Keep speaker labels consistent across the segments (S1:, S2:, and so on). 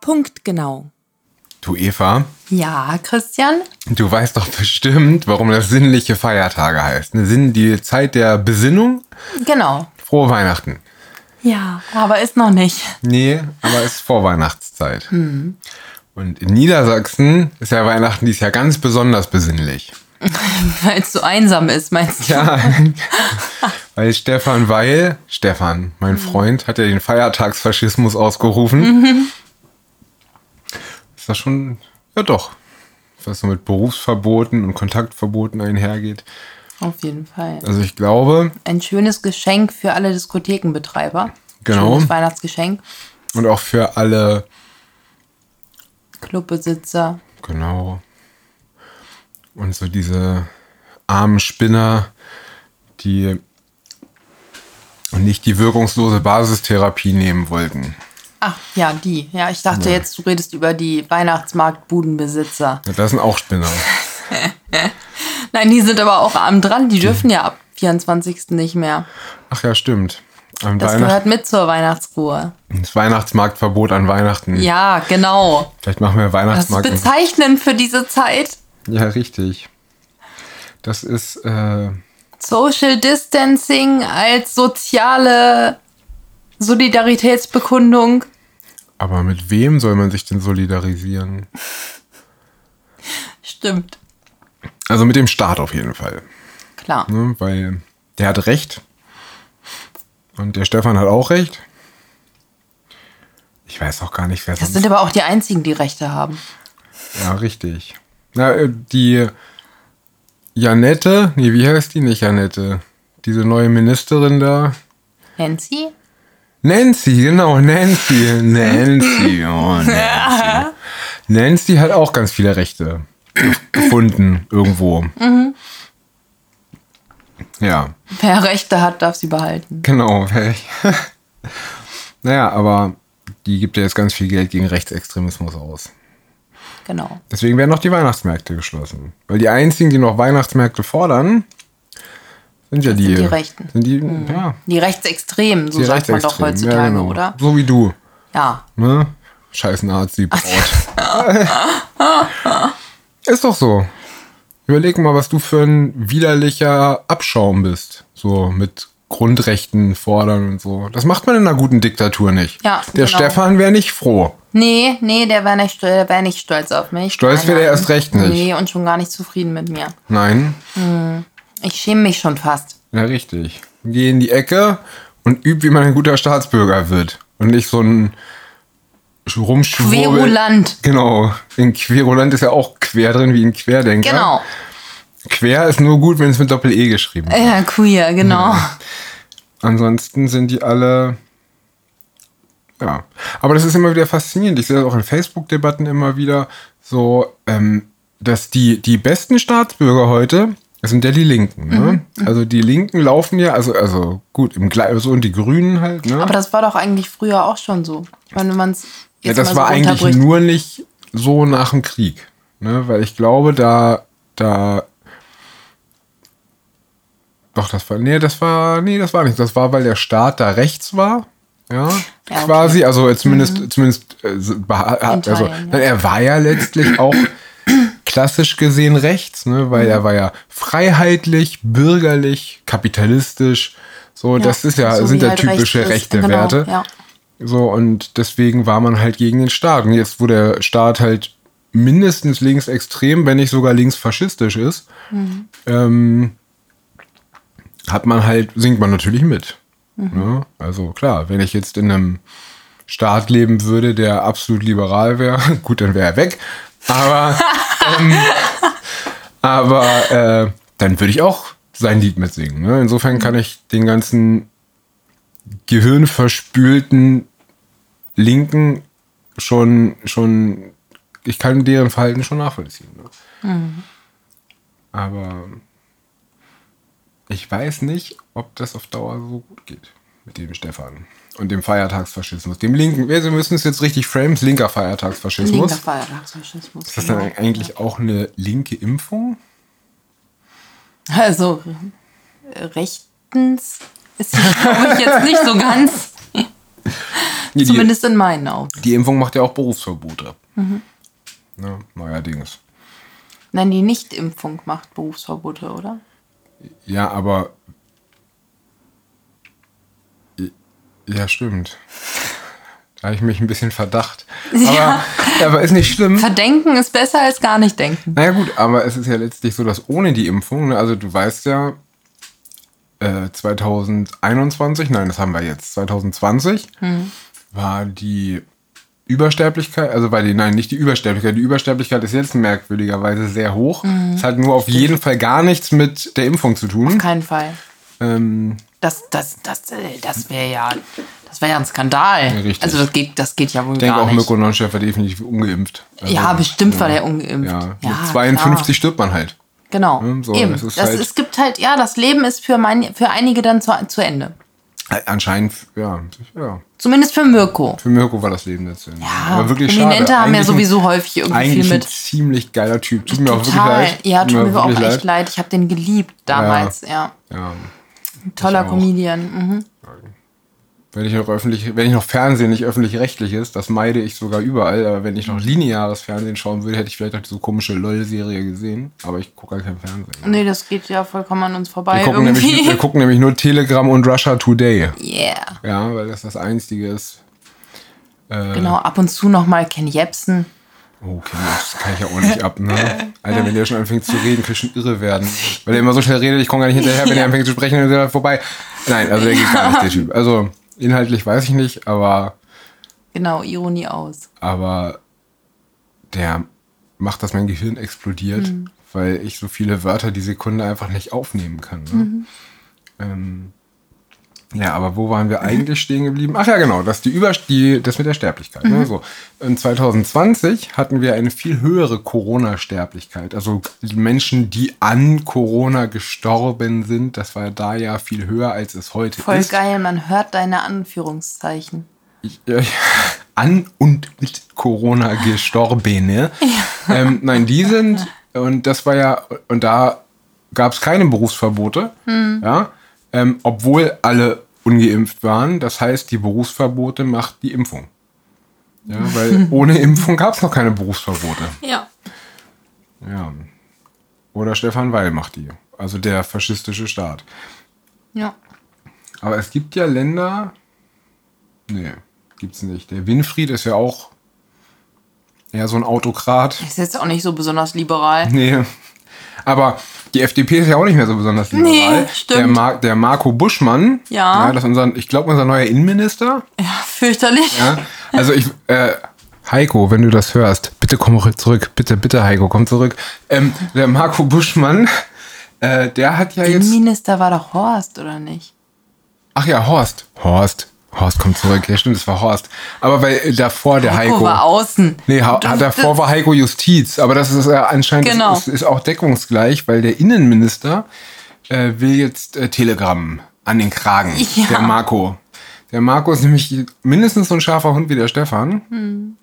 S1: Punktgenau.
S2: Du Eva,
S1: Ja, Christian?
S2: du weißt doch bestimmt, warum das sinnliche Feiertage heißt. Ne? Sinn, die Zeit der Besinnung.
S1: Genau.
S2: Frohe Weihnachten.
S1: Ja, aber ist noch nicht.
S2: Nee, aber es ist Vorweihnachtszeit. Und in Niedersachsen ist ja Weihnachten dieses Jahr ganz besonders besinnlich.
S1: Weil es so einsam ist, meinst du?
S2: Ja, weil Stefan Weil, Stefan, mein Freund, hat ja den Feiertagsfaschismus ausgerufen. Ist das schon, ja doch, was so mit Berufsverboten und Kontaktverboten einhergeht.
S1: Auf jeden Fall.
S2: Also ich glaube,
S1: Ein schönes Geschenk für alle Diskothekenbetreiber.
S2: Genau.
S1: Schönes Weihnachtsgeschenk.
S2: und auch für alle,
S1: Clubbesitzer.
S2: genau, und so diese armen Spinner, die nicht die wirkungslose Basistherapie nehmen wollten.
S1: Ach, Ah, ja, die. Ja, ich dachte jetzt, du redest über die Weihnachtsmarktbudenbesitzer.
S2: Ja, Das sind auch Spinner.
S1: Nein, die sind aber auch arm dran. Die dürfen ja ab 24. nicht mehr.
S2: Ach ja, stimmt. Am
S1: Das
S2: Weihnacht-
S1: gehört mit zur Weihnachtsruhe.
S2: Das Weihnachtsmarktverbot an Weihnachten.
S1: Ja, genau.
S2: Vielleicht machen wir
S1: Das ist
S2: Weihnachtsmarkt.
S1: bezeichnend für diese Zeit.
S2: ja, richtig. Das ist äh,
S1: Social Distancing als soziale Solidaritätsbekundung.
S2: aber mit wem soll man sich denn solidarisieren?
S1: Stimmt.
S2: Also mit dem Staat auf jeden Fall,
S1: Klar.
S2: ne? weil der hat recht und der Stefan hat auch recht. Ich weiß auch gar nicht, wer
S1: Das
S2: sonst.
S1: sind aber auch die einzigen, die Rechte haben.
S2: Ja, richtig. Na, äh, die Janette, nee, wie heißt die nicht Janette? Diese neue Ministerin da,
S1: Nancy?
S2: Nancy, genau, Nancy. Nancy, oh Nancy. Nancy hat auch ganz viele Rechte gefunden irgendwo. Ja,
S1: Wer Rechte hat, darf sie behalten.
S2: genau. naja, aber die gibt ja jetzt ganz viel Geld gegen Rechtsextremismus aus.
S1: Genau.
S2: Deswegen werden auch die Weihnachtsmärkte geschlossen. Weil die einzigen, die noch Weihnachtsmärkte fordern, sind ja die,
S1: die Rechten.
S2: Sind die, ja,
S1: Die Rechtsextremen, so
S2: die
S1: sagt man doch
S2: Rechtsextremen.
S1: heutzutage,
S2: ja, genau.
S1: oder?
S2: So wie du.
S1: Ja.
S2: Ne? Scheiß Nazi-Braut. ist doch so. Überleg mal, was du für ein widerlicher Abschaum bist. So mit Grundrechten fordern und so. Das macht man in einer guten Diktatur nicht.
S1: Ja,
S2: der
S1: genau.
S2: Stefan wäre nicht froh.
S1: Nee, nee, der wäre nicht, der wär nicht stolz auf mich.
S2: Stolz
S1: Nein,
S2: wäre er
S1: nein.
S2: erst recht nicht.
S1: Nee, und schon gar nicht zufrieden mit mir.
S2: Nein,
S1: Ich schäme mich schon fast.
S2: ja richtig. Geh in die Ecke und üb, wie man ein guter Staatsbürger wird. Und nicht so ein Rumschwurbel.
S1: Querulant.
S2: Genau. In Querulant ist ja auch quer drin wie in Querdenker.
S1: Genau.
S2: Quer ist nur gut, wenn es mit Doppel-E geschrieben wird.
S1: Ja, queer, genau.
S2: Ansonsten sind die alle. Ja. Aber das ist immer wieder faszinierend. Ich sehe das auch in Facebook-Debatten immer wieder so, ähm, dass die, die besten Staatsbürger heute, das sind ja die Linken. Ne? Also die Linken laufen ja, also, also gut, im Gle so und die Grünen halt. Ne?
S1: Aber das war doch eigentlich früher auch schon so. Ich meine, wenn man es
S2: ja, das war eigentlich nur nicht so nach dem Krieg. Ne? Weil ich glaube, da, da. Doch, das war. Nee, das war. Nee, das war nicht. Das war, weil der Staat da rechts war. Ja,
S1: Ja, okay. Mhm.
S2: quasi. Also äh, zumindest, zumindest äh, so beha-
S1: In
S2: also,
S1: Teilen, ja.
S2: nein, er war ja letztlich auch klassisch gesehen rechts, ne?
S1: Mhm.
S2: weil er war ja freiheitlich, bürgerlich, kapitalistisch. So, das ist ja,
S1: so
S2: sind
S1: wie
S2: ja
S1: halt
S2: typische
S1: rechts ist.
S2: rechte
S1: Genau,
S2: Werte.
S1: ja.
S2: So, und deswegen war man halt gegen den Staat. Und jetzt, wo der Staat halt mindestens linksextrem, wenn nicht sogar linksfaschistisch ist, ähm, hat man halt, singt man natürlich mit. Ne? Also klar, wenn ich jetzt in einem Staat leben würde, der absolut liberal wäre, gut, dann wäre er weg. Aber, ähm, aber äh, dann würde ich auch sein Lied mitsingen. Ne? Insofern kann ich den ganzen gehirnverspülten Linken schon, schon, ich kann deren Verhalten schon nachvollziehen. Ne?
S1: Mhm.
S2: Aber ich weiß nicht, ob das auf Dauer so gut geht mit dem Stefan und dem Feiertagsfaschismus, dem linken. Wir müssen es jetzt richtig frames, linker Feiertagsfaschismus.
S1: Linker Feiertagsfaschismus.
S2: Ist das dann eigentlich auch eine linke Impfung?
S1: Also, äh, rechtens ist, glaube ich, jetzt nicht so ganz.
S2: Nee, die-
S1: Zumindest in meinen Augen.
S2: Die Impfung macht ja auch Berufsverbote. Mhm. Ne, neuerdings.
S1: Nein, die Nichtimpfung macht Berufsverbote, oder?
S2: Ja, aber. Ja, stimmt. Da habe ich mich ein bisschen verdacht. Aber,
S1: Ja.
S2: aber ist nicht schlimm.
S1: Verdenken ist besser als gar nicht denken.
S2: Naja gut, aber es ist ja letztlich so, dass ohne die Impfung, ne, also du weißt ja, äh, 2021, nein, das haben wir jetzt, 2020
S1: Hm.
S2: war die Übersterblichkeit, also war die, nein, nicht die Übersterblichkeit, die Übersterblichkeit ist jetzt merkwürdigerweise sehr hoch.
S1: Hm.
S2: Es hat nur auf jeden Fall gar nichts mit der Impfung zu
S1: Auf
S2: tun.
S1: keinen Fall.
S2: Ähm,
S1: Das, das, das, äh, das wäre ja, das wäre ja ein Skandal.
S2: richtig.
S1: Also das geht, das geht ja wohl
S2: ich denke
S1: gar
S2: auch
S1: nicht.
S2: Mirko Nonchef war definitiv ungeimpft. Also,
S1: ja, bestimmt war der
S2: Ja,
S1: ungeimpft.
S2: ja, mit 52 stirbt man halt.
S1: Klar. Genau.
S2: Ne, so,
S1: Eben.
S2: es ist
S1: das,
S2: halt-
S1: es gibt halt, ja, das Leben ist für, mein, für einige dann zu, zu Ende.
S2: Äh, Anscheinend, ja, ja.
S1: Zumindest für Mirko.
S2: Für Mirko war das Leben jetzt. Ja, aber wirklich
S1: Prominente
S2: schade.
S1: haben ja
S2: Eigentlich ein-
S1: sowieso häufig irgendwie
S2: eigentlich
S1: viel
S2: ein
S1: mit.
S2: ziemlich geiler Typ. Tut mir auch wirklich
S1: Total.
S2: leid.
S1: ja, tut mir auch
S2: wirklich
S1: echt leid. Ich habe den geliebt damals. Ja.
S2: Ja.
S1: Ein toller
S2: auch.
S1: Comedian. Mhm.
S2: Wenn ich noch öffentlich, wenn ich noch Fernsehen nicht öffentlich-rechtlich ist, das meide ich sogar überall, aber wenn ich noch lineares Fernsehen schauen würde, hätte ich vielleicht auch diese komische LOL-Serie gesehen. Aber ich gucke halt kein Fernsehen.
S1: Nee, das geht ja vollkommen an uns vorbei.
S2: Wir gucken,
S1: irgendwie.
S2: nämlich, wir gucken nämlich nur Telegram und Russia Today.
S1: yeah.
S2: Ja, weil das das Einzige ist. Äh,
S1: Genau, ab und zu nochmal Ken Jebsen.
S2: Oh, Okay, das kann ich ja auch nicht ab, ne? Alter, wenn der schon anfängt zu reden, kann ich schon irre werden. Weil er immer so schnell redet, ich komme gar nicht hinterher, wenn er anfängt zu sprechen, dann ist er vorbei. Nein, also der geht gar nicht, der Typ. Also, inhaltlich weiß ich nicht, aber,
S1: Genau, Ironie aus.
S2: aber der macht, dass mein Gehirn explodiert, weil ich so viele Wörter die Sekunde einfach nicht aufnehmen kann. Ne? Ähm, ja, aber wo waren wir eigentlich stehen geblieben? Ach ja, genau, das, die Über die, das mit der Sterblichkeit. Ne? So. Und 2020 hatten wir eine viel höhere Corona-Sterblichkeit. Also die Menschen, die an Corona gestorben sind, das war da ja viel höher, als es heute
S1: Voll
S2: ist.
S1: geil, man hört deine Anführungszeichen.
S2: Ich, ja, ich- an und mit Corona gestorbene. Ähm, nein, die sind, und das war ja, und da gab es keine Berufsverbote, ja, ähm, obwohl alle ungeimpft waren. Das heißt, die Berufsverbote macht die Impfung. Ja, weil ohne Impfung gab es noch keine Berufsverbote.
S1: Ja.
S2: Ja. Oder Stefan Weil macht die. Also der faschistische Staat.
S1: Ja.
S2: Aber es gibt ja Länder. Nee, gibt's nicht. Der Winfried ist ja auch eher so ein Autokrat.
S1: Ist jetzt auch nicht so besonders liberal.
S2: Nee. Aber die FDP ist ja auch nicht mehr so besonders liberal.
S1: Nee, stimmt.
S2: Der, Mar der Marco Buschmann,
S1: Ja.
S2: das ist unser, ich glaube, unser neuer Innenminister.
S1: Ja, fürchterlich.
S2: Ja. Also ich, äh, Heiko, wenn du das hörst, bitte komm zurück. Bitte, bitte, Heiko, komm zurück. Ähm, der Marco Buschmann, äh, der hat ja jetzt.
S1: Innenminister war doch Horst, oder nicht?
S2: Ach ja, Horst. Horst. Horst kommt zurück. Ja, stimmt, es war Horst. Aber weil äh, davor der Heiko.
S1: Heiko war außen.
S2: Nee, ha ha- davor war Heiko Justiz. Aber das ist äh, anscheinend
S1: Genau.
S2: ist, ist auch deckungsgleich, weil der Innenminister äh, will jetzt äh, Telegram an den Kragen.
S1: Ja.
S2: Der Marco. Der Marco ist nämlich mindestens so ein scharfer Hund wie der Stefan.
S1: Hm.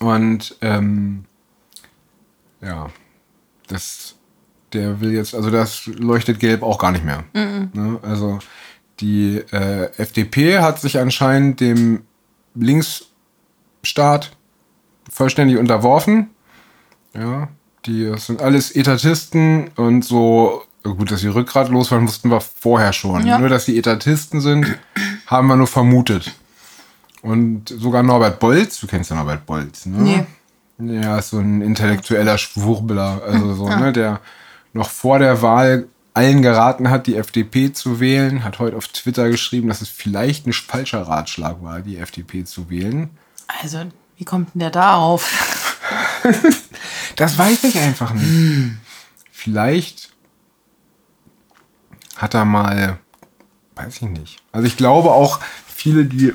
S2: Und ähm, ja, das, der will jetzt, also das leuchtet gelb auch gar nicht mehr. Ne? Also die äh, FDP hat sich anscheinend dem Linksstaat vollständig unterworfen. Ja, die das sind alles Etatisten und so. Gut, dass sie rückgratlos waren, wussten wir vorher schon.
S1: Ja.
S2: Nur, dass sie Etatisten sind, haben wir nur vermutet. Und sogar Norbert Bolz, du kennst ja Norbert Bolz, ne? Nee. Ja, ist so ein intellektueller Schwurbler, also so, ne, der noch vor der Wahl allen geraten hat, die FDP zu wählen, hat heute auf Twitter geschrieben, dass es vielleicht ein falscher Ratschlag war, die FDP zu wählen.
S1: Also, wie kommt denn der darauf?
S2: Das weiß ich einfach nicht. Vielleicht hat er mal, weiß ich nicht. Also ich glaube auch viele, die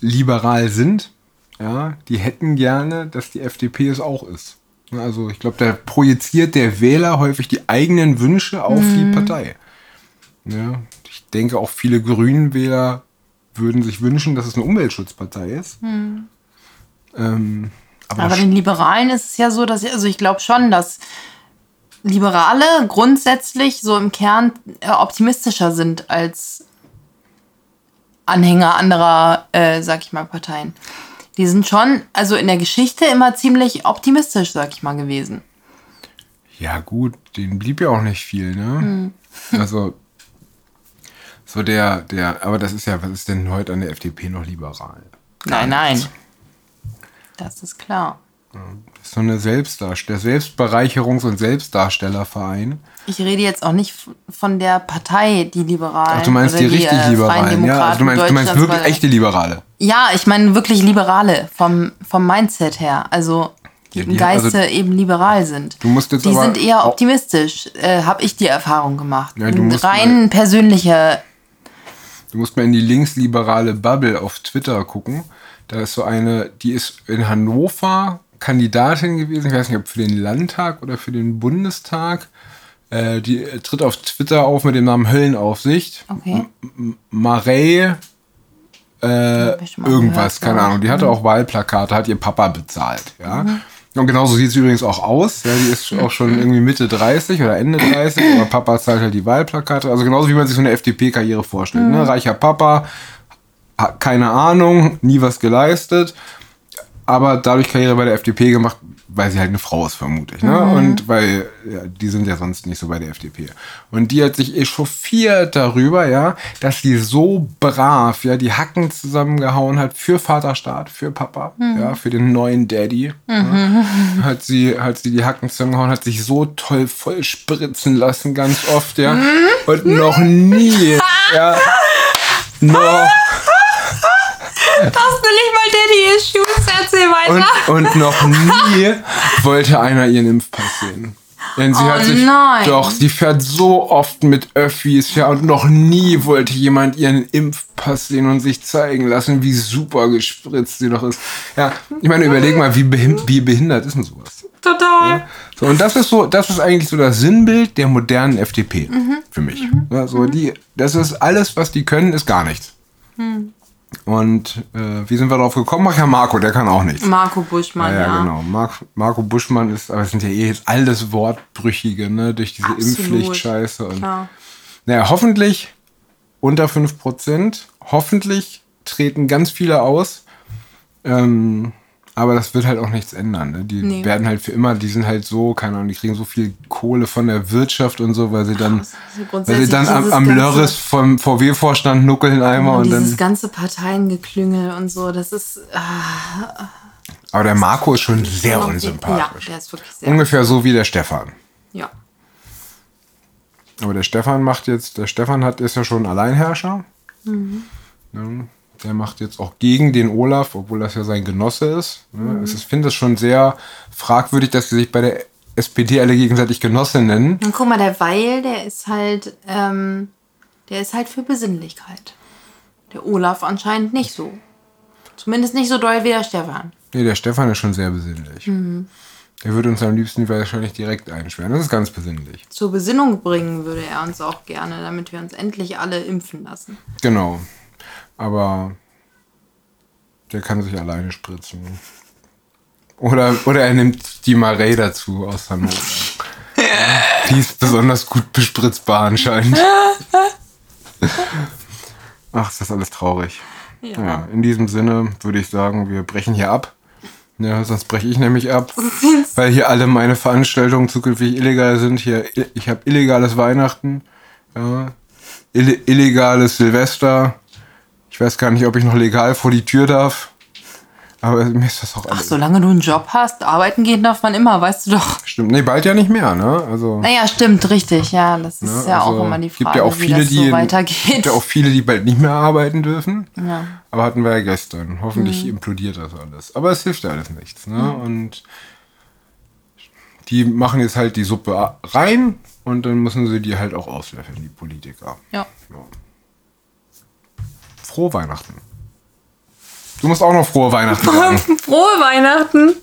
S2: liberal sind, ja, die hätten gerne, dass die FDP es auch ist. Also ich glaube, da projiziert der Wähler häufig die eigenen Wünsche auf die Partei. Ja, ich denke auch viele Grünenwähler würden sich wünschen, dass es eine Umweltschutzpartei ist. Ähm, aber
S1: Aber
S2: das
S1: den Liberalen ist es ja so, dass, also ich glaube schon, dass Liberale grundsätzlich so im Kern äh, optimistischer sind als Anhänger anderer, äh, sag ich mal, Parteien. Die sind schon, also in der Geschichte immer ziemlich optimistisch, sag ich mal, gewesen.
S2: Ja, gut, denen blieb ja auch nicht viel, ne?
S1: Hm.
S2: Also, so der, der, aber das ist ja, was ist denn heute an der FDP noch liberal?
S1: Nein, nein. Das ist klar.
S2: Das ist so eine Selbstdarstellung, der Selbstbereicherungs- und Selbstdarstellerverein.
S1: Ich rede jetzt auch nicht f- von der Partei, die Liberalen.
S2: Ach, Also du meinst die richtig
S1: äh, Freien
S2: Liberalen, ja? Also du meinst, du meinst
S1: Deutschlands,
S2: wirklich
S1: weil-
S2: echte Liberale.
S1: Ja, ich meine wirklich Liberale vom, vom Mindset her. Also die
S2: Ja,
S1: im
S2: die-
S1: Geiste
S2: also-
S1: eben liberal sind.
S2: Du musst jetzt
S1: die
S2: aber
S1: sind eher
S2: auch-
S1: optimistisch, äh, habe ich die Erfahrung gemacht.
S2: Ja, du musst
S1: Rein persönliche.
S2: Du musst mal in die linksliberale Bubble auf Twitter gucken. Da ist so eine, die ist in Hannover Kandidatin gewesen. Ich weiß nicht, ob für den Landtag oder für den Bundestag. Äh, die äh, tritt auf Twitter auf mit dem Namen Höllenaufsicht.
S1: Okay.
S2: Marei äh,
S1: hab ich schon mal
S2: irgendwas,
S1: gehört,
S2: keine
S1: glaub ich.
S2: Ahnung. Die hatte auch Wahlplakate, hat ihr Papa bezahlt. Ja. Und genauso sieht sie übrigens auch aus. Ja, die ist auch schon irgendwie Mitte 30 oder Ende 30, aber Papa zahlt halt die Wahlplakate. Also genauso wie man sich so eine FDP-Karriere vorstellt. Ne? Reicher Papa, ha- keine Ahnung, nie was geleistet, aber dadurch Karriere bei der FDP gemacht, weil sie halt eine Frau ist, vermutlich. Ne? Und weil ja, die sind ja sonst nicht so bei der FDP. Und die hat sich echauffiert darüber, ja, dass sie so brav, ja, die Hacken zusammengehauen hat für Vaterstaat, für Papa, ja, für den neuen Daddy. Ja. Hat sie, hat sie die Hacken zusammengehauen, hat sich so toll voll spritzen lassen, ganz oft, ja. Und noch nie, ja, noch
S1: Hast du nicht mal Daddy-Issues? Erzähl
S2: Und,
S1: weiter.
S2: und noch nie wollte einer ihren Impfpass sehen. Denn sie
S1: Oh
S2: hat sich
S1: nein.
S2: doch, sie fährt so oft mit Öffis, ja, und noch nie wollte jemand ihren Impfpass sehen und sich zeigen lassen, wie super gespritzt sie doch ist. Ja, ich meine, überleg mal, wie, behim- wie behindert ist denn sowas?
S1: Total.
S2: So, und das ist so, das ist eigentlich so das Sinnbild der modernen FDP für mich. Ja, so die, das ist alles, was die können, ist gar nichts.
S1: Hm.
S2: Und äh, wie sind wir darauf gekommen? Ach ja, Marco, der kann auch nichts.
S1: Marco Buschmann, Ah, ja.
S2: Ja, ja, genau. Mark, Marco Buschmann ist, aber es sind ja eh jetzt alles Wortbrüchige, ne, durch diese
S1: Absolut.
S2: Impfpflichtscheiße. Und,
S1: Klar.
S2: naja, hoffentlich unter 5%. Hoffentlich treten ganz viele aus. Ähm, aber das wird halt auch nichts ändern. Ne? Die
S1: Nee.
S2: werden halt für immer, die sind halt so, keine Ahnung, die kriegen so viel Kohle von der Wirtschaft und so, weil sie dann,
S1: Das ist so also grundsätzlich
S2: weil sie dann am,
S1: dieses
S2: am
S1: ganze-
S2: Lörres vom VW-Vorstand nuckeln einmal und
S1: und dieses
S2: dann.
S1: ganze Parteiengeklüngel und so, das ist. ah,
S2: Aber der Marco ist schon sehr
S1: noch-
S2: unsympathisch.
S1: Ja, der ist wirklich sehr.
S2: Ungefähr so wie der Stefan.
S1: Ja.
S2: Aber der Stefan macht jetzt, der Stefan hat, ist ja schon Alleinherrscher. Ne? Der macht jetzt auch gegen den Olaf, obwohl das ja sein Genosse ist. Ne? Es ist- Ich finde das schon sehr fragwürdig, dass sie sich bei der SPD alle gegenseitig Genosse nennen.
S1: Und guck mal, der Weil, der ist halt, ähm, der ist halt für Besinnlichkeit. Der Olaf anscheinend nicht so. Zumindest nicht so doll wie der Stefan.
S2: Nee, der Stefan ist schon sehr besinnlich. Der würde uns am liebsten wahrscheinlich direkt einsperren. Das ist ganz besinnlich.
S1: Zur Besinnung bringen würde er uns auch gerne, damit wir uns endlich alle impfen lassen.
S2: Genau. Aber der kann sich alleine spritzen. Oder, oder er nimmt die Marei dazu aus Hannover. die ist besonders gut bespritzbar anscheinend. Ach, ist das alles traurig. Ja. in diesem Sinne würde ich sagen, wir brechen hier ab. Ja, sonst breche ich nämlich ab, weil hier alle meine Veranstaltungen zukünftig illegal sind. Hier, ich habe illegales Weihnachten, ja, ille- illegales Silvester. Ich weiß gar nicht, ob ich noch legal vor die Tür darf. Aber mir ist das auch
S1: Ach,
S2: alles.
S1: solange du einen Job hast, arbeiten gehen darf man immer, weißt du doch.
S2: Stimmt. Nee, bald ja nicht mehr, ne? Also.
S1: Naja, stimmt, richtig, ja. Das ist Ne, ja
S2: also,
S1: auch immer die Frage,
S2: gibt ja auch viele,
S1: wie das so
S2: die
S1: weitergeht.
S2: Gibt ja auch viele, die bald nicht mehr arbeiten dürfen.
S1: Ja. Mhm.
S2: Aber hatten wir ja gestern. Hoffentlich implodiert das alles. Aber es hilft ja alles nichts. Ne? Und die machen jetzt halt die Suppe a- rein und dann müssen sie die halt auch auslöffeln, die Politiker.
S1: ja.
S2: Ja. Frohe Weihnachten. Du musst auch noch frohe Weihnachten sagen.
S1: Frohe Weihnachten.